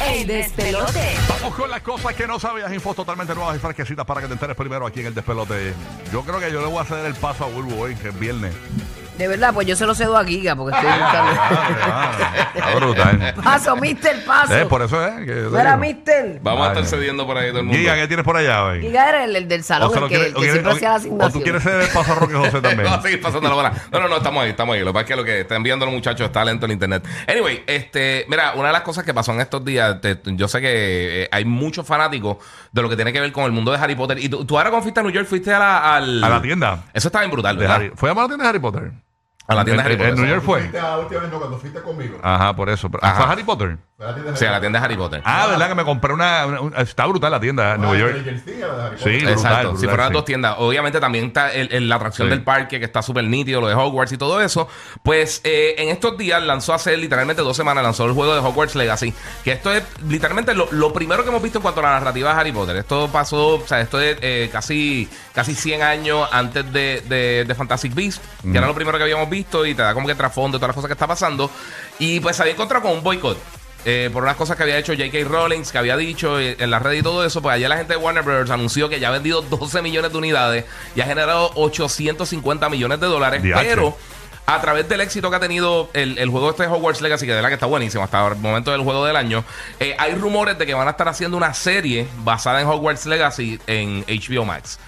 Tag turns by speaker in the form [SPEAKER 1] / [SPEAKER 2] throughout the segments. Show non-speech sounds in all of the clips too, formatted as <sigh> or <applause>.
[SPEAKER 1] El despelote.
[SPEAKER 2] Vamos con las cosas que no sabías, infos totalmente nuevas y fresquecitas para que te enteres primero aquí en el despelote. Yo creo que yo le voy a ceder el paso a Bulbo hoy, que es viernes.
[SPEAKER 1] De verdad, pues yo se lo cedo a Giga porque estoy buscando.
[SPEAKER 2] Ah, está
[SPEAKER 3] <laughs>
[SPEAKER 2] brutal.
[SPEAKER 1] paso, mister, paso.
[SPEAKER 2] Eh, por eso es. Que yo te
[SPEAKER 1] Mira,
[SPEAKER 2] digo.
[SPEAKER 1] mister.
[SPEAKER 3] Vamos a
[SPEAKER 2] Ay,
[SPEAKER 3] estar
[SPEAKER 2] no.
[SPEAKER 3] cediendo por ahí todo el mundo.
[SPEAKER 2] Giga, ¿qué tienes por allá hoy?
[SPEAKER 1] Giga era el, el del salón,
[SPEAKER 2] se
[SPEAKER 1] el
[SPEAKER 2] lo
[SPEAKER 1] que,
[SPEAKER 2] quieres-
[SPEAKER 1] el
[SPEAKER 2] o
[SPEAKER 1] que
[SPEAKER 2] quieres-
[SPEAKER 1] siempre
[SPEAKER 2] o-
[SPEAKER 1] hacía la
[SPEAKER 2] o tú
[SPEAKER 1] asignación.
[SPEAKER 2] quieres ceder el paso
[SPEAKER 1] <laughs>
[SPEAKER 2] a Roque José también.
[SPEAKER 3] Vamos a seguir pasando la bola. No, no, no, estamos ahí, estamos ahí. Lo que pasa es que lo que están viendo los muchachos es talento en internet. Anyway, este, mira, una de las cosas que pasó en estos días, te- yo sé que eh, hay muchos fanáticos de lo que tiene que ver con el mundo de Harry Potter. Y tú, tú ahora con Fiesta New York fuiste a la, al-
[SPEAKER 2] A la tienda.
[SPEAKER 3] Eso estaba bien brutal,
[SPEAKER 2] De
[SPEAKER 3] ¿verdad?
[SPEAKER 2] Harry- ¿Fue a la tienda de Harry Potter?
[SPEAKER 3] A la tienda de Harry
[SPEAKER 2] ¿En- ¿En New
[SPEAKER 3] Potter.
[SPEAKER 2] York fue?
[SPEAKER 4] Fuiste a la última vez, no, cuando fuiste conmigo.
[SPEAKER 2] Ajá, por eso. Pero-
[SPEAKER 3] Ajá.
[SPEAKER 2] ¿Fue a Harry Potter?
[SPEAKER 4] Fue a la tienda de
[SPEAKER 3] Sí, a la
[SPEAKER 4] Harry
[SPEAKER 3] tienda de Harry Potter.
[SPEAKER 2] Ah, ¿verdad? Que me compré una. una- una- está brutal la tienda de
[SPEAKER 4] Potter.
[SPEAKER 2] New
[SPEAKER 4] Ah,
[SPEAKER 2] York.
[SPEAKER 4] de Jersey, a la de Harry
[SPEAKER 2] Sí,
[SPEAKER 4] Potter.
[SPEAKER 2] brutal,
[SPEAKER 3] Exacto,
[SPEAKER 2] brutal,
[SPEAKER 3] si fueran
[SPEAKER 2] sí.
[SPEAKER 3] dos tiendas. Obviamente también está el- el- la atracción
[SPEAKER 2] Sí.
[SPEAKER 3] del parque que está súper nítido, lo de Hogwarts y todo eso. Pues eh, en estos días lanzó hace literalmente dos semanas, lanzó el juego de Hogwarts Legacy. Que esto es literalmente lo, lo primero que hemos visto en cuanto a la narrativa de Harry Potter. Esto pasó, o sea, esto es eh, casi, casi 100 años antes de, de, de Fantastic Beasts, que era lo primero que habíamos visto y te da como que el trasfondo de todas las cosas que está pasando. Y pues se había encontrado con un boicot. Eh, por unas cosas que había hecho J.K. Rowling, que había dicho eh, en la red y todo eso, pues ayer la gente de Warner Bros. anunció que ya ha vendido 12 millones de unidades y ha generado 850 millones de dólares,
[SPEAKER 2] Diache.
[SPEAKER 3] pero a través del éxito que ha tenido el, el juego este de Hogwarts Legacy, que de verdad que está buenísimo hasta el momento del juego del año, eh, hay rumores de que van a estar haciendo una serie basada en Hogwarts Legacy en HBO Max.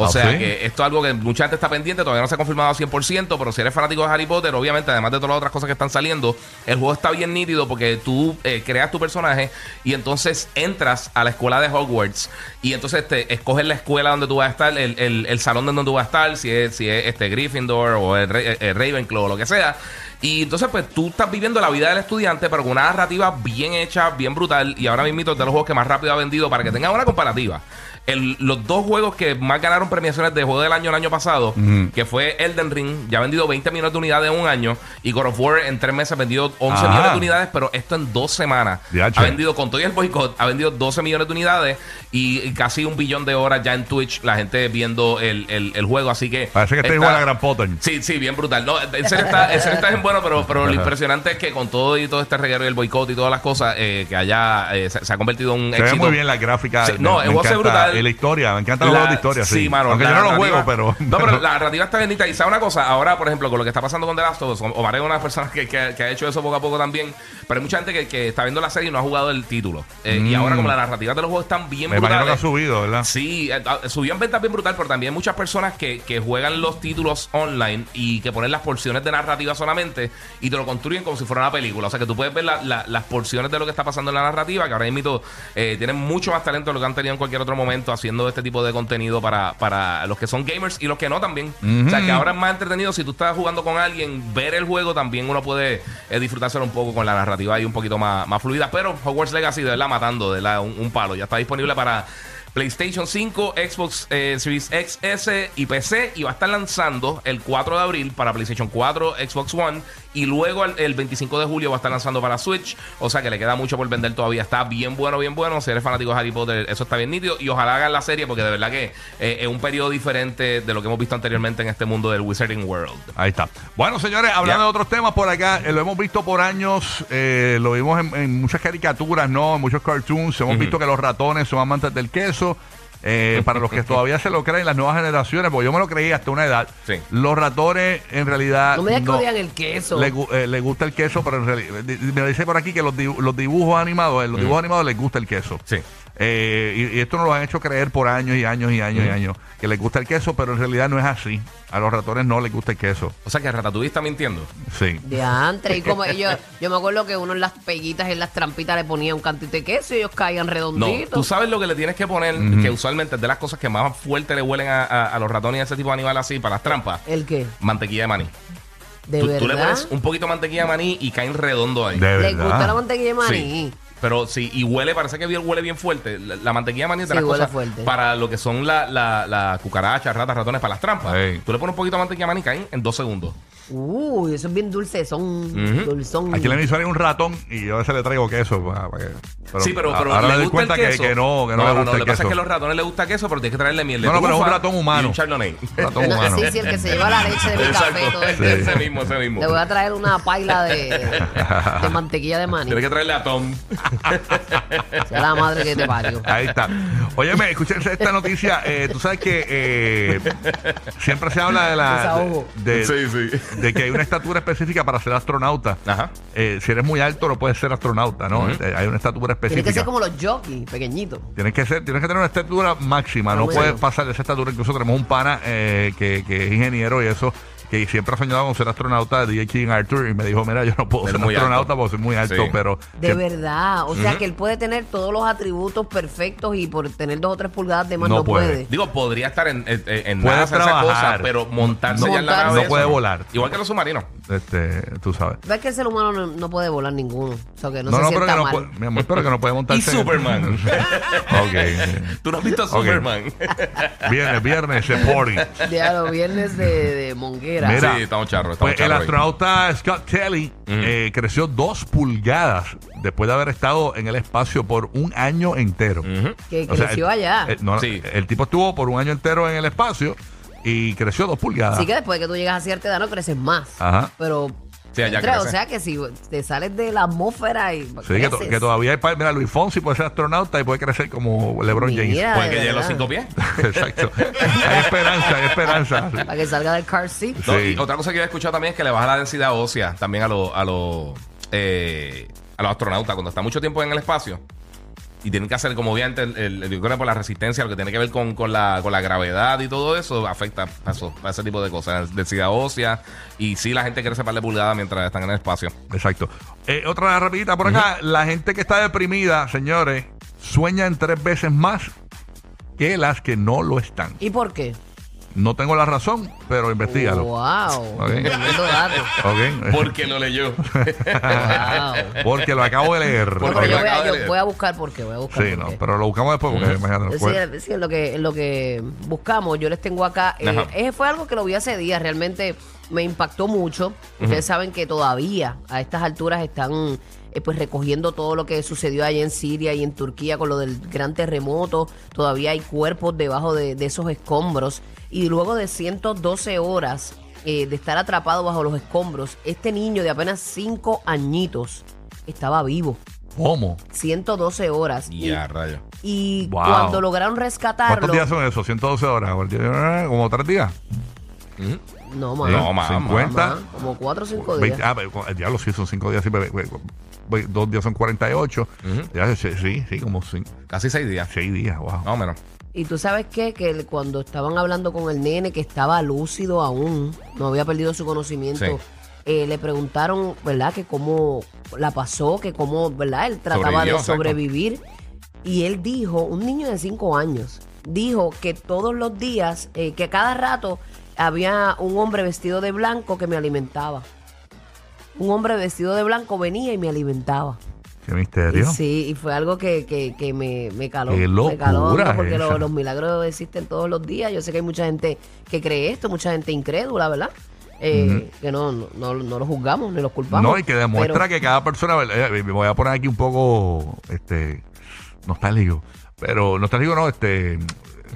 [SPEAKER 3] O
[SPEAKER 2] Ah,
[SPEAKER 3] sea
[SPEAKER 2] ¿sí?
[SPEAKER 3] que esto es algo que mucha gente está pendiente, todavía no se ha confirmado al 100%, pero si eres fanático de Harry Potter, obviamente, además de todas las otras cosas que están saliendo, el juego está bien nítido porque tú eh, creas tu personaje y entonces entras a la escuela de Hogwarts y entonces te escoges la escuela donde tú vas a estar, el, el- el salón donde tú vas a estar, si es, si es este Gryffindor o el Ra- el Ravenclaw o lo que sea. Y entonces, pues tú estás viviendo la vida del estudiante, pero con una narrativa bien hecha, bien brutal. Y ahora mismo es de los juegos que más rápido ha vendido para que tengan una comparativa. El- los dos juegos que más ganaron premiaciones de juego del año el año pasado, que fue Elden Ring, ya ha vendido 20 millones de unidades en un año, y God of War en tres meses vendió 11
[SPEAKER 2] Ajá.
[SPEAKER 3] millones de unidades, pero esto en dos semanas.
[SPEAKER 2] Diache.
[SPEAKER 3] Ha vendido, con todo y el boicot, ha vendido 12 millones de unidades y, y casi un billón de horas ya en Twitch, la gente viendo el, el- el juego, así que...
[SPEAKER 2] Parece que este
[SPEAKER 3] está-
[SPEAKER 2] juego la gran Potter.
[SPEAKER 3] Sí, sí, bien brutal. No, en serio está, en serio está bien bueno, pero, pero lo impresionante es que con todo y todo este reguero y el boicot y todas las cosas, eh, que haya eh, se, se ha convertido en un
[SPEAKER 2] Se ve
[SPEAKER 3] éxito.
[SPEAKER 2] muy bien la gráfica.
[SPEAKER 3] Sí,
[SPEAKER 2] me-
[SPEAKER 3] no,
[SPEAKER 2] me
[SPEAKER 3] el juego se ve
[SPEAKER 2] encanta.
[SPEAKER 3] brutal.
[SPEAKER 2] Y la historia, me encantan los
[SPEAKER 3] La-
[SPEAKER 2] juegos de historia. Sí,
[SPEAKER 3] mano.
[SPEAKER 2] Aunque
[SPEAKER 3] la
[SPEAKER 2] yo no los
[SPEAKER 3] narrativa-
[SPEAKER 2] juego, pero.
[SPEAKER 3] No,
[SPEAKER 2] <laughs>
[SPEAKER 3] pero la narrativa está bien nita. Y sabe una cosa, ahora, por ejemplo, con lo que está pasando con The Last of Us, Omar es una de las personas que, que- que ha hecho eso poco a poco también. Pero hay mucha gente que, que está viendo la serie y no ha jugado el título. Eh, Y ahora, como la narrativa de los juegos están bien
[SPEAKER 2] Mm. me imagino que ha
[SPEAKER 3] brutales,
[SPEAKER 2] subido, ¿verdad?
[SPEAKER 3] Sí, eh, ah, subió en ventas bien brutal, pero también hay muchas personas que, que juegan los títulos online y que ponen las porciones de narrativa solamente y te lo construyen como si fuera una película. O sea que tú puedes ver la- la- las porciones de lo que está pasando en la narrativa, que ahora mismo eh, tienen mucho más talento de lo que han tenido en cualquier otro momento haciendo este tipo de contenido para, para los que son gamers y los que no también. O sea que ahora es más entretenido si tú estás jugando con alguien, ver el juego también uno puede eh, disfrutárselo un poco con la narrativa ahí un poquito más, más fluida. Pero Hogwarts Legacy, de verdad, matando, de verdad, un- un palo. Ya está disponible para PlayStation 5, Xbox eh, Series XS y PC y va a estar lanzando el 4 de abril para PlayStation 4, Xbox One y luego el, el 25 de julio va a estar lanzando para Switch, o sea que le queda mucho por vender todavía, está bien bueno, bien bueno, si eres fanático de Harry Potter, eso está bien nítido y ojalá hagan la serie porque de verdad que eh, es un periodo diferente de lo que hemos visto anteriormente en este mundo del Wizarding World.
[SPEAKER 2] Ahí está. Bueno, señores, hablando
[SPEAKER 3] Ya.
[SPEAKER 2] de otros temas por acá, eh, lo hemos visto por años, eh, lo vimos en, en muchas caricaturas, ¿no? En muchos cartoons. Hemos visto que los ratones son amantes del queso. Eh, para
[SPEAKER 3] <laughs>
[SPEAKER 2] los que todavía se lo creen, las nuevas generaciones, porque yo me lo creí hasta una edad.
[SPEAKER 3] Sí.
[SPEAKER 2] Los ratones, en realidad.
[SPEAKER 1] No me digas que odian el queso.
[SPEAKER 2] Le, gu- eh, le gusta el queso, pero en realidad. di- di- Me dice por aquí que los, dibu- los dibujos animados, eh, los dibujos animados les gusta el queso.
[SPEAKER 3] Mm. Sí.
[SPEAKER 2] Eh, y, y esto nos lo han hecho creer por años y años y
[SPEAKER 3] Mm.
[SPEAKER 2] años y años, que les gusta el queso, pero en realidad no es así. A los ratones no les gusta el queso.
[SPEAKER 3] O sea que Ratatouille está mintiendo.
[SPEAKER 2] Sí.
[SPEAKER 1] De antes, y
[SPEAKER 2] <laughs>
[SPEAKER 1] como ellos, yo me acuerdo que uno en las peguitas, en las trampitas le ponía un cantito de queso y ellos caían
[SPEAKER 3] No,
[SPEAKER 1] redonditos.
[SPEAKER 3] tú sabes lo que le tienes que poner, que usualmente es de las cosas que más fuerte le huelen a, a- a los ratones y a ese tipo de animales así, para las trampas.
[SPEAKER 1] ¿El qué?
[SPEAKER 3] Mantequilla de maní.
[SPEAKER 1] ¿De
[SPEAKER 3] tú,
[SPEAKER 1] verdad?
[SPEAKER 3] tú le pones un poquito de mantequilla de maní y caen redondo ahí.
[SPEAKER 2] De
[SPEAKER 1] ¿Les gusta la
[SPEAKER 2] verdad.
[SPEAKER 1] mantequilla de maní?
[SPEAKER 3] Pero sí, y huele, parece que bien- huele bien fuerte. La, la mantequilla de maní es de
[SPEAKER 1] Sí,
[SPEAKER 3] las
[SPEAKER 1] huele
[SPEAKER 3] cosas
[SPEAKER 1] fuerte.
[SPEAKER 3] para lo que son las la, la cucarachas, ratas, ratones, para las trampas.
[SPEAKER 2] Ey.
[SPEAKER 3] Tú le pones un poquito de mantequilla de maní y caen en dos segundos.
[SPEAKER 1] Uy, eso es bien dulce, son
[SPEAKER 3] Ujú.
[SPEAKER 1] dulzón.
[SPEAKER 2] Aquí en la emisora hay un ratón y yo a veces le traigo queso. pa- para que- pero
[SPEAKER 3] sí, pero, pero
[SPEAKER 2] ahora
[SPEAKER 3] le
[SPEAKER 2] me doy
[SPEAKER 3] gusta
[SPEAKER 2] cuenta
[SPEAKER 3] el
[SPEAKER 2] que,
[SPEAKER 3] queso.
[SPEAKER 2] que no, que no, le gusta
[SPEAKER 3] lo
[SPEAKER 2] el
[SPEAKER 3] que pasa
[SPEAKER 2] queso.
[SPEAKER 3] es que a los ratones les gusta queso, pero tienes que traerle miel de
[SPEAKER 2] No, no, pero es un
[SPEAKER 3] trufa
[SPEAKER 2] ratón
[SPEAKER 3] Y
[SPEAKER 2] humano.
[SPEAKER 3] un chardonnay.
[SPEAKER 2] Ratón
[SPEAKER 1] No,
[SPEAKER 2] humano.
[SPEAKER 1] sí, sí, el que se <laughs> lleva la leche de mi café todo el
[SPEAKER 3] Exacto.
[SPEAKER 1] tiempo.
[SPEAKER 3] Ese mismo, ese mismo.
[SPEAKER 1] Le voy a traer una paila de,
[SPEAKER 2] <laughs>
[SPEAKER 1] de mantequilla de maní.
[SPEAKER 3] Tienes que traerle a Tom.
[SPEAKER 1] Sea la madre que te
[SPEAKER 2] <laughs>
[SPEAKER 1] parió.
[SPEAKER 2] Ahí está. Óyeme, escúchense esta noticia. Eh, tú sabes que eh, siempre se habla de la.
[SPEAKER 1] Desahogo.
[SPEAKER 2] De,
[SPEAKER 3] Sí, sí.
[SPEAKER 2] de que hay una estatura específica para ser astronauta.
[SPEAKER 3] Ajá.
[SPEAKER 2] Eh, si eres muy alto, no puedes ser astronauta, ¿no?
[SPEAKER 3] Ujú.
[SPEAKER 2] Eh, Hay una estatura
[SPEAKER 1] Tiene que
[SPEAKER 2] específica.
[SPEAKER 1] ser como los jockeys, pequeñitos.
[SPEAKER 2] Tienes que ser, tienes que tener una estatura máxima, no
[SPEAKER 1] Ah, bueno.
[SPEAKER 2] puedes pasar de esa estatura. Incluso tenemos un pana eh, que, que es ingeniero y eso, que siempre ha soñado con ser astronauta de DJ King Arthur y me dijo, mira, yo no puedo
[SPEAKER 3] Eres
[SPEAKER 2] ser
[SPEAKER 3] muy
[SPEAKER 2] astronauta
[SPEAKER 3] alto.
[SPEAKER 2] porque soy muy alto,
[SPEAKER 3] Sí.
[SPEAKER 2] pero...
[SPEAKER 1] De
[SPEAKER 2] siempre-
[SPEAKER 1] verdad. O sea que él puede tener todos los atributos perfectos y por tener dos o tres pulgadas de más
[SPEAKER 2] No
[SPEAKER 1] no,
[SPEAKER 2] puede.
[SPEAKER 1] puede.
[SPEAKER 3] Digo, podría estar en, en, en
[SPEAKER 2] Puede
[SPEAKER 3] NASA, esas
[SPEAKER 2] trabajar.
[SPEAKER 3] cosas, pero montarse
[SPEAKER 1] No,
[SPEAKER 3] ya en la
[SPEAKER 1] montarse.
[SPEAKER 3] nave.
[SPEAKER 1] No
[SPEAKER 3] eso
[SPEAKER 2] puede volar.
[SPEAKER 3] Igual que
[SPEAKER 2] <laughs>
[SPEAKER 3] los submarinos.
[SPEAKER 2] Este, tú sabes.
[SPEAKER 1] ¿Ves que el ser humano no, no puede volar ninguno? O sea que no,
[SPEAKER 2] No,
[SPEAKER 1] se
[SPEAKER 2] no, pero que
[SPEAKER 1] sienta
[SPEAKER 2] no
[SPEAKER 1] mal.
[SPEAKER 2] puede, mi amor, pero que no puede montarse.
[SPEAKER 3] <laughs> Y
[SPEAKER 2] en-
[SPEAKER 3] Superman.
[SPEAKER 2] <laughs> ok.
[SPEAKER 3] Tú no has visto a
[SPEAKER 2] Ok.
[SPEAKER 3] Superman. <laughs>
[SPEAKER 2] Viernes, viernes, se party.
[SPEAKER 1] Ya los viernes de, de monguera.
[SPEAKER 2] Mira,
[SPEAKER 3] sí, estamos charros.
[SPEAKER 2] Pues
[SPEAKER 3] Estamos
[SPEAKER 2] el
[SPEAKER 3] charros ahí.
[SPEAKER 2] astronauta Scott Kelly
[SPEAKER 3] Mm.
[SPEAKER 2] eh, creció dos pulgadas después de haber estado en el espacio por un año entero.
[SPEAKER 3] Ujú.
[SPEAKER 1] Que
[SPEAKER 2] O sea,
[SPEAKER 1] creció
[SPEAKER 2] el-
[SPEAKER 1] allá.
[SPEAKER 2] El, no, no,
[SPEAKER 3] Sí.
[SPEAKER 2] el tipo estuvo por un año entero en el espacio y creció dos pulgadas.
[SPEAKER 1] Así que después de que tú llegas a cierta edad no creces más.
[SPEAKER 2] Ajá.
[SPEAKER 1] Pero,
[SPEAKER 3] Sí, allá
[SPEAKER 1] entra, o
[SPEAKER 3] creces.
[SPEAKER 1] sea que si te sales de la atmósfera y
[SPEAKER 2] Sí, que, to-
[SPEAKER 1] creces.
[SPEAKER 2] que todavía hay par- Mira, Luis Fonsi puede ser astronauta y puede crecer como LeBron
[SPEAKER 1] Mira,
[SPEAKER 3] Puede Pues que
[SPEAKER 1] de
[SPEAKER 3] llegue a
[SPEAKER 1] verdad.
[SPEAKER 3] los cinco pies.
[SPEAKER 2] James. <laughs> Exacto. Hay esperanza,
[SPEAKER 1] <laughs>
[SPEAKER 2] hay esperanza.
[SPEAKER 1] Para que salga del car seat.
[SPEAKER 2] Sí.
[SPEAKER 3] No, y otra cosa que yo he escuchado también es que le baja la densidad ósea también a los a los eh, a los astronautas cuando están mucho tiempo en el espacio. Y tienen que hacer, como obviamente, el, el- el- yo creo que por la resistencia, lo que tiene que ver con, con la, con la gravedad y todo eso, afecta a, eso- a ese tipo de cosas. Densidad ósea. Y sí, la gente crece par de pulgadas mientras están en el espacio.
[SPEAKER 2] Exacto. Eh, otra rapidita por acá. La gente que está deprimida, señores, sueñan tres veces más que las que no lo están.
[SPEAKER 1] ¿Y por qué?
[SPEAKER 2] No tengo la razón, pero investigalo.
[SPEAKER 1] Wow.
[SPEAKER 2] Ok.
[SPEAKER 1] Tremendo
[SPEAKER 2] <laughs>
[SPEAKER 1] dato.
[SPEAKER 3] Porque lo <laughs> leyó.
[SPEAKER 1] Wow.
[SPEAKER 2] Porque lo acabo de leer.
[SPEAKER 1] No,
[SPEAKER 3] Porque
[SPEAKER 1] pero yo
[SPEAKER 3] lo
[SPEAKER 1] voy,
[SPEAKER 3] acabo
[SPEAKER 1] a,
[SPEAKER 3] de
[SPEAKER 1] yo
[SPEAKER 3] leer.
[SPEAKER 1] voy a buscar por qué, voy a buscar
[SPEAKER 2] sí,
[SPEAKER 1] por
[SPEAKER 2] no,
[SPEAKER 1] qué.
[SPEAKER 2] pero lo buscamos después porque imagínate.
[SPEAKER 1] Sí,
[SPEAKER 2] pues-
[SPEAKER 1] sí, en lo que, en lo que buscamos, yo les tengo acá. eh,
[SPEAKER 3] Ajá.
[SPEAKER 1] ese fue algo que lo vi hace días, realmente me impactó mucho. Ustedes saben que todavía a estas alturas están eh, pues recogiendo todo lo que sucedió allá en Siria y en Turquía con lo del gran terremoto. Todavía hay cuerpos debajo de, de esos escombros. Y luego de 112 horas eh, de estar atrapado bajo los escombros, este niño de apenas 5 añitos estaba vivo.
[SPEAKER 2] ¿Cómo?
[SPEAKER 1] 112 horas.
[SPEAKER 3] y a rayo.
[SPEAKER 1] Y
[SPEAKER 2] Wow.
[SPEAKER 1] cuando lograron
[SPEAKER 2] ¿Cuántos
[SPEAKER 1] rescatarlo.
[SPEAKER 2] días son esos? 112 horas. ¿Como tres días? ¿Eh?
[SPEAKER 1] No, mamá.
[SPEAKER 3] No, más,
[SPEAKER 2] 50.
[SPEAKER 1] Mamá, como cuatro o cinco días.
[SPEAKER 2] 20, ah, pero, el diablo sí son 5 días. Sí, pero, pero, pero, dos días son 48. Ya, sí, sí, sí, como 6
[SPEAKER 3] Casi seis días.
[SPEAKER 2] días. Wow.
[SPEAKER 3] Más o menos.
[SPEAKER 1] Y tú sabes qué, que el- cuando estaban hablando con el nene, que estaba lúcido aún, no había perdido su conocimiento,
[SPEAKER 3] Sí.
[SPEAKER 1] eh, le preguntaron, ¿verdad? Que cómo la pasó, que cómo, ¿verdad? Él trataba
[SPEAKER 3] Sobrevivió,
[SPEAKER 1] de
[SPEAKER 3] exacto.
[SPEAKER 1] sobrevivir. Y él dijo, un niño de cinco años, dijo que todos los días, eh, que cada rato había un hombre vestido de blanco que me alimentaba. Un hombre vestido de blanco venía y me alimentaba.
[SPEAKER 2] Qué misterio.
[SPEAKER 1] Sí, y fue algo que, que, que me, me caló.
[SPEAKER 2] Qué
[SPEAKER 1] me caló
[SPEAKER 2] locura
[SPEAKER 1] hondo, porque lo-
[SPEAKER 2] esa.
[SPEAKER 1] los milagros existen todos los días. Yo sé que hay mucha gente que cree esto, mucha gente incrédula, ¿verdad? Eh, Que no, no, no, no los juzgamos ni los culpamos.
[SPEAKER 2] no, y que demuestra
[SPEAKER 1] pero-
[SPEAKER 2] que cada persona. eh, eh, me voy a poner aquí un poco este nostálgico. Pero nostálgico no, este.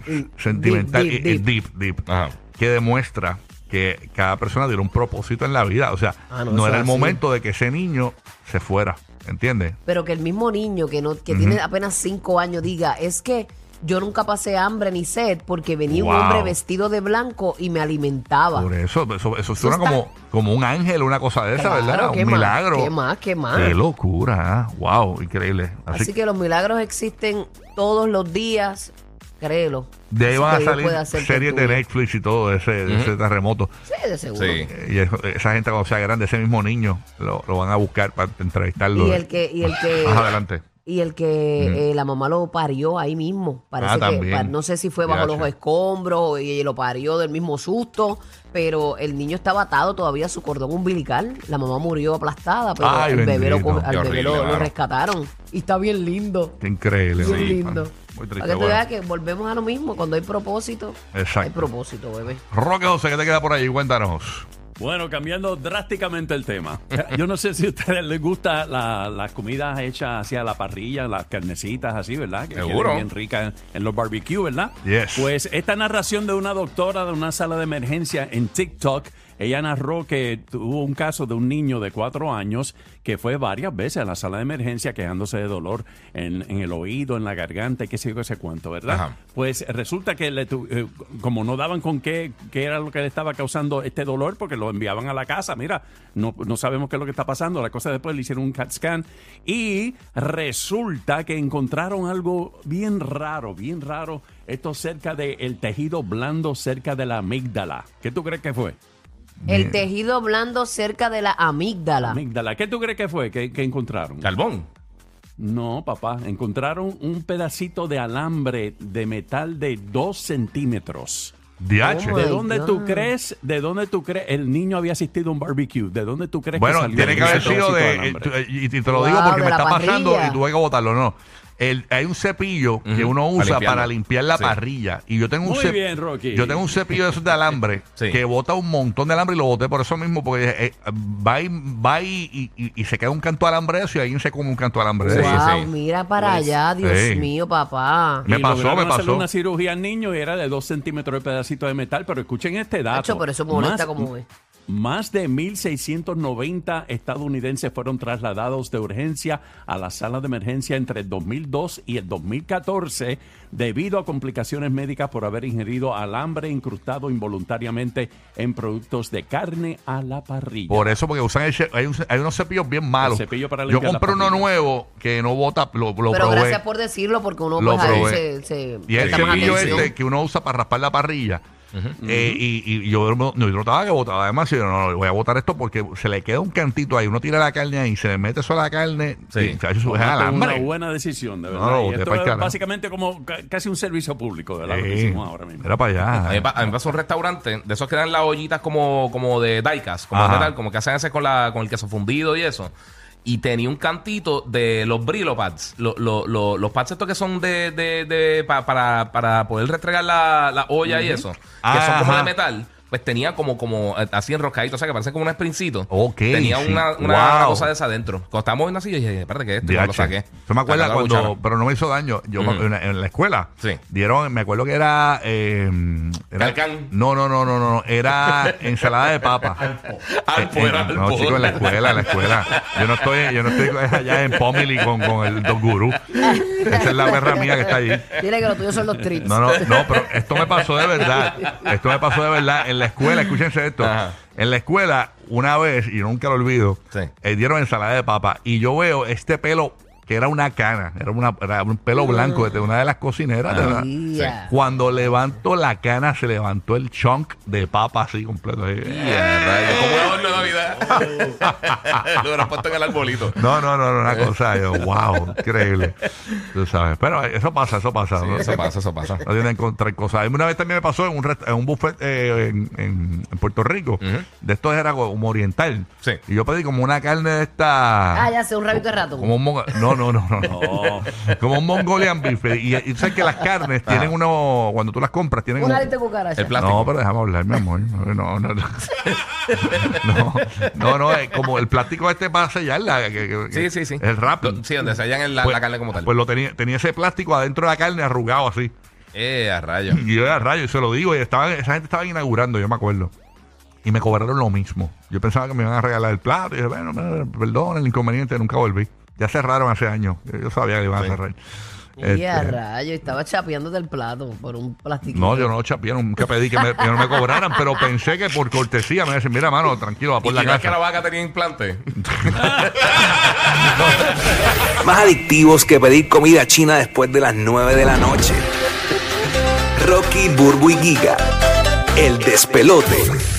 [SPEAKER 1] mm,
[SPEAKER 2] Sentimental.
[SPEAKER 1] deep,
[SPEAKER 2] eh, eh,
[SPEAKER 1] deep.
[SPEAKER 2] deep, deep.
[SPEAKER 3] Ajá.
[SPEAKER 2] que demuestra que cada persona tiene un propósito en la vida. O sea,
[SPEAKER 1] Ah,
[SPEAKER 2] no,
[SPEAKER 1] no, eso
[SPEAKER 2] era
[SPEAKER 1] es
[SPEAKER 2] el
[SPEAKER 1] así.
[SPEAKER 2] momento de que ese niño se fuera. ¿Entiendes?
[SPEAKER 1] Pero que el mismo niño que, no, que tiene apenas cinco años diga, es que yo nunca pasé hambre ni sed porque venía un
[SPEAKER 2] Wow.
[SPEAKER 1] hombre vestido de blanco y me alimentaba.
[SPEAKER 2] Por eso, eso, eso suena
[SPEAKER 1] está-
[SPEAKER 2] como, como un ángel, una cosa de esa,
[SPEAKER 1] Claro,
[SPEAKER 2] ¿verdad?
[SPEAKER 1] ¿qué
[SPEAKER 2] Un
[SPEAKER 1] más?
[SPEAKER 2] milagro.
[SPEAKER 1] ¿Qué más? ¿Qué más?
[SPEAKER 2] Qué locura, ¿eh? wow, increíble. Así,
[SPEAKER 1] Así, que los milagros existen todos los días, créelo.
[SPEAKER 2] de ahí
[SPEAKER 1] Así
[SPEAKER 2] van
[SPEAKER 1] que
[SPEAKER 2] a
[SPEAKER 1] Dios puede
[SPEAKER 2] salir
[SPEAKER 1] hacer que
[SPEAKER 2] series
[SPEAKER 1] tú-
[SPEAKER 2] de Netflix y todo de ese, de ese terremoto.
[SPEAKER 1] Sí, de seguro.
[SPEAKER 3] Sí.
[SPEAKER 2] Y eso- esa gente cuando sea grande, ese mismo niño, lo, lo van a buscar para entrevistarlo.
[SPEAKER 1] Y el que, y el que
[SPEAKER 2] Más adelante.
[SPEAKER 1] y el que eh, la mamá lo parió ahí mismo. Parece
[SPEAKER 2] Ah,
[SPEAKER 1] que,
[SPEAKER 2] también.
[SPEAKER 1] pa- no sé si fue bajo
[SPEAKER 2] Diache.
[SPEAKER 1] los escombros y ella lo parió del mismo susto, pero el niño estaba atado todavía a su cordón umbilical. La mamá murió aplastada, pero
[SPEAKER 2] Ay,
[SPEAKER 1] al bebé, lo,
[SPEAKER 2] bendito.
[SPEAKER 1] co- al
[SPEAKER 3] Qué
[SPEAKER 1] bebé lo-
[SPEAKER 3] horrible,
[SPEAKER 1] lo
[SPEAKER 3] mano.
[SPEAKER 1] rescataron. Y está bien lindo.
[SPEAKER 2] Qué increíble.
[SPEAKER 1] Bien
[SPEAKER 2] ¿no?
[SPEAKER 1] lindo.
[SPEAKER 2] Muy
[SPEAKER 1] Para
[SPEAKER 2] triste.
[SPEAKER 1] que tú
[SPEAKER 2] bueno.
[SPEAKER 1] veas que volvemos a lo mismo. Cuando hay propósito, hay
[SPEAKER 2] Exacto.
[SPEAKER 1] propósito, bebé.
[SPEAKER 2] Roque José, ¿qué te queda por ahí? Cuéntanos.
[SPEAKER 5] Bueno, cambiando drásticamente el tema. Yo no sé si a ustedes les gusta la- las comidas hechas hacia la parrilla, las carnecitas así, ¿verdad? Que
[SPEAKER 3] Seguro.
[SPEAKER 5] quedan bien ricas en los barbecue, ¿verdad?
[SPEAKER 2] Yes.
[SPEAKER 5] Pues esta narración de una doctora de una sala de emergencia en TikTok, ella narró que tuvo un caso de un niño de cuatro años que fue varias veces a la sala de emergencia quejándose de dolor en, en el oído, en la garganta, y qué sé yo, qué sé cuánto, ¿verdad?
[SPEAKER 3] Ajá.
[SPEAKER 5] Pues resulta que le tu- eh, como no daban con qué, qué era lo que le estaba causando este dolor, porque lo enviaban a la casa, mira, no, no sabemos qué es lo que está pasando, la cosa después le hicieron un CAT scan y resulta que encontraron algo bien raro, bien raro, esto cerca del tejido blando, cerca de la amígdala. ¿Qué tú crees que fue?
[SPEAKER 1] El tejido blando cerca de la amígdala.
[SPEAKER 5] Amígdala, ¿qué tú crees que fue que, que encontraron?
[SPEAKER 3] Carbón.
[SPEAKER 5] No, papá, encontraron un pedacito de alambre de metal de 2 centímetros.
[SPEAKER 2] DH.
[SPEAKER 1] Oh,
[SPEAKER 5] ¿De
[SPEAKER 1] my
[SPEAKER 5] dónde tú
[SPEAKER 1] God.
[SPEAKER 5] crees? ¿De dónde tú crees? El niño había asistido a un barbecue. ¿De dónde tú crees
[SPEAKER 2] Bueno,
[SPEAKER 5] que salió?
[SPEAKER 2] tiene que haber
[SPEAKER 5] ese
[SPEAKER 2] sido
[SPEAKER 5] pedacito
[SPEAKER 2] de. eh,
[SPEAKER 5] alambre?
[SPEAKER 2] tú- eh, y te lo
[SPEAKER 1] Wow,
[SPEAKER 2] digo porque
[SPEAKER 1] de
[SPEAKER 2] me
[SPEAKER 1] la
[SPEAKER 2] está pasando
[SPEAKER 1] parrilla.
[SPEAKER 2] y tuve que botarlo, no. El- hay un cepillo que
[SPEAKER 3] Ujú,
[SPEAKER 2] uno
[SPEAKER 3] para
[SPEAKER 2] usa para
[SPEAKER 3] limpiarlo.
[SPEAKER 2] limpiar la
[SPEAKER 3] Sí.
[SPEAKER 2] parrilla. Y yo tengo un
[SPEAKER 5] Muy
[SPEAKER 2] cep-
[SPEAKER 5] bien, Rocky.
[SPEAKER 2] Yo tengo un cepillo de esos de alambre
[SPEAKER 3] Sí.
[SPEAKER 2] que bota un montón de alambre y lo boté por eso mismo, porque eh, va, y, va y, y- y- y se queda un canto de alambre de eso y ahí se come un canto de alambre de
[SPEAKER 3] Sí,
[SPEAKER 2] eso.
[SPEAKER 1] wow,
[SPEAKER 3] sí.
[SPEAKER 1] mira para
[SPEAKER 5] Pues,
[SPEAKER 1] allá, Dios
[SPEAKER 2] sí.
[SPEAKER 1] mío, papá.
[SPEAKER 2] Me
[SPEAKER 5] Y
[SPEAKER 2] pasó,
[SPEAKER 5] lograron
[SPEAKER 2] me
[SPEAKER 5] hacerle
[SPEAKER 2] pasó.
[SPEAKER 5] una cirugía al niño y era de 2 centímetros de pedacito de metal. Pero escuchen este dato.
[SPEAKER 1] Nacho, pero eso molesta
[SPEAKER 5] Más-
[SPEAKER 1] como es.
[SPEAKER 5] Más de 1.690 estadounidenses fueron trasladados de urgencia a la sala de emergencia entre el 2002 y el 2014 debido a complicaciones médicas por haber ingerido alambre incrustado involuntariamente en productos de carne a la parrilla.
[SPEAKER 2] Por eso, porque usan el ce- hay, un- hay unos cepillos bien malos.
[SPEAKER 5] El cepillo para
[SPEAKER 2] Yo
[SPEAKER 5] limpiar la
[SPEAKER 2] compré uno
[SPEAKER 5] parrilla.
[SPEAKER 2] nuevo que no bota, lo, lo
[SPEAKER 1] Pero
[SPEAKER 2] probé.
[SPEAKER 1] gracias por decirlo porque uno
[SPEAKER 2] Lo
[SPEAKER 1] pues ahí
[SPEAKER 2] probé.
[SPEAKER 1] se, se
[SPEAKER 2] Y el
[SPEAKER 3] Sí,
[SPEAKER 1] presta más
[SPEAKER 2] cepillo
[SPEAKER 1] atención.
[SPEAKER 2] este que uno usa para raspar la parrilla. Eh, y, y yo no, no, yo notaba que botaba además yo no, no, voy a botar esto porque se le queda un cantito ahí uno tira la carne ahí se le mete sola la carne
[SPEAKER 3] Sí.
[SPEAKER 2] y chacho, eso es
[SPEAKER 5] Tomaste
[SPEAKER 2] alambre
[SPEAKER 5] una buena decisión, de
[SPEAKER 2] No,
[SPEAKER 5] verdad.
[SPEAKER 2] no,
[SPEAKER 5] Y
[SPEAKER 2] usted
[SPEAKER 5] esto
[SPEAKER 2] pa'l
[SPEAKER 5] es
[SPEAKER 2] carajo.
[SPEAKER 5] básicamente como ca- casi un servicio público, ¿verdad? Lo que
[SPEAKER 2] Sí.
[SPEAKER 5] hicimos ahora mismo. Eh,
[SPEAKER 2] Era para
[SPEAKER 3] A mí,
[SPEAKER 2] allá
[SPEAKER 3] pa- a mí me pasó un restaurante de esos que dan las ollitas como, como de daikas, como de
[SPEAKER 2] Ajá.
[SPEAKER 3] metal, como que hacen ese con, la, con el queso fundido y eso. Y tenía un cantito de los Brillo Pads. Lo- lo- lo- los pads estos que son de, de- de- pa- para, para poder restregar la, la olla y eso. Que son como
[SPEAKER 2] Ajá.
[SPEAKER 3] de metal. Pues tenía como, como eh, así enroscadito, o sea que parece como un sprincito.
[SPEAKER 2] Ok,
[SPEAKER 3] tenía
[SPEAKER 2] sí.
[SPEAKER 3] una, una
[SPEAKER 2] Wow.
[SPEAKER 3] cosa de esa adentro. Cuando estábamos en la silla, dije, espérate, que es esto? Y
[SPEAKER 2] DH.
[SPEAKER 3] no lo saqué.
[SPEAKER 2] Yo me acuerdo
[SPEAKER 3] Saqué la
[SPEAKER 2] cuando,
[SPEAKER 3] cuchara.
[SPEAKER 2] pero no me hizo daño. Yo
[SPEAKER 3] Ujú.
[SPEAKER 2] en, la, en la escuela
[SPEAKER 3] Sí.
[SPEAKER 2] dieron, me acuerdo que era, eh, era-
[SPEAKER 3] Calcán.
[SPEAKER 2] no, no, no, no, no, era ensalada de papa.
[SPEAKER 3] <laughs> Alpo,
[SPEAKER 2] Eh, eh,
[SPEAKER 3] era
[SPEAKER 2] no,
[SPEAKER 3] alpo.
[SPEAKER 2] chicos, en la escuela, en la escuela. Yo no estoy, yo no estoy allá en Pomili con, con el Don Gurú. Esa es la perra mía que está allí.
[SPEAKER 1] Dile que los tuyos son los trips.
[SPEAKER 2] No, no, no, pero esto me pasó de verdad. Esto me pasó de verdad. En la escuela, escúchense esto.
[SPEAKER 3] Ajá.
[SPEAKER 2] En la escuela, una vez, y nunca lo olvido,
[SPEAKER 3] Sí.
[SPEAKER 2] eh, dieron ensalada de papa. Y yo veo este pelo que era una cana, era, una- era un pelo blanco de una de las cocineras. de la-
[SPEAKER 1] Ya.
[SPEAKER 2] Cuando levanto la cana, se levantó el chunk de papa así eh, completo. ahí.
[SPEAKER 3] Ya, rayos, Como un adorno de Navidad. Lo hubieras puesto en el arbolito.
[SPEAKER 2] No, no, no, no, una cosa, yo, wow, increíble. Tú sabes, pero eso pasa, eso pasa.
[SPEAKER 3] Sí,
[SPEAKER 2] ¿no?
[SPEAKER 3] eso pasa, eso pasa.
[SPEAKER 2] No tienen que encontrar cosas. Una vez también me pasó en un, rest- en un buffet eh, en, en- en Puerto Rico.
[SPEAKER 3] Ujú.
[SPEAKER 2] De estos era como oriental.
[SPEAKER 3] Sí.
[SPEAKER 2] Y yo pedí como una carne de esta.
[SPEAKER 1] Ah, ya sé, un rabito de ratón.
[SPEAKER 2] Como un mongo- no, no, no, no,
[SPEAKER 3] <laughs>
[SPEAKER 2] no.
[SPEAKER 5] No.
[SPEAKER 2] Como un Mongolian beef. Y, y tú sabes que las carnes tienen uno. Cuando tú las compras, tienen
[SPEAKER 1] Una
[SPEAKER 2] un-
[SPEAKER 1] alita de cucaracha.
[SPEAKER 3] El Ah. plástico.
[SPEAKER 2] no, pero déjame hablar, mi amor. No, no, no.
[SPEAKER 3] <laughs>
[SPEAKER 2] No, no, no, es como el plástico este para sellarla. que- que-
[SPEAKER 3] Sí, sí, sí.
[SPEAKER 2] El rap.
[SPEAKER 3] Lo- Sí, donde se hallan en la, la carne como tal.
[SPEAKER 2] Pues lo tenía, tenía ese plástico adentro de la carne arrugado así.
[SPEAKER 3] eh, a rayos.
[SPEAKER 2] <clears throat> Y yo era rayo, y se lo digo. Y estaban, esa gente estaba inaugurando, yo me acuerdo. Y me cobraron lo mismo. Yo pensaba que me iban a regalar el plato. Y yo, bueno, bueno, perdón, el inconveniente, nunca volví. Ya cerraron hace años. Yo, yo sabía que iban a cerrar.
[SPEAKER 1] Y a
[SPEAKER 2] Este,
[SPEAKER 1] rayo, estaba chapeando del plato por un plastiquito.
[SPEAKER 2] no, yo no chapeé, nunca pedí que, me, que no me cobraran, pero pensé que por cortesía me decían, mira, mano, tranquilo, va
[SPEAKER 3] ¿Y
[SPEAKER 2] por la
[SPEAKER 3] quizás que la
[SPEAKER 2] casa.
[SPEAKER 3] vaca tenía implante?
[SPEAKER 6] Más adictivos que pedir comida china después de las 9 de la noche. Rocky, Burbu y Giga. El despelote.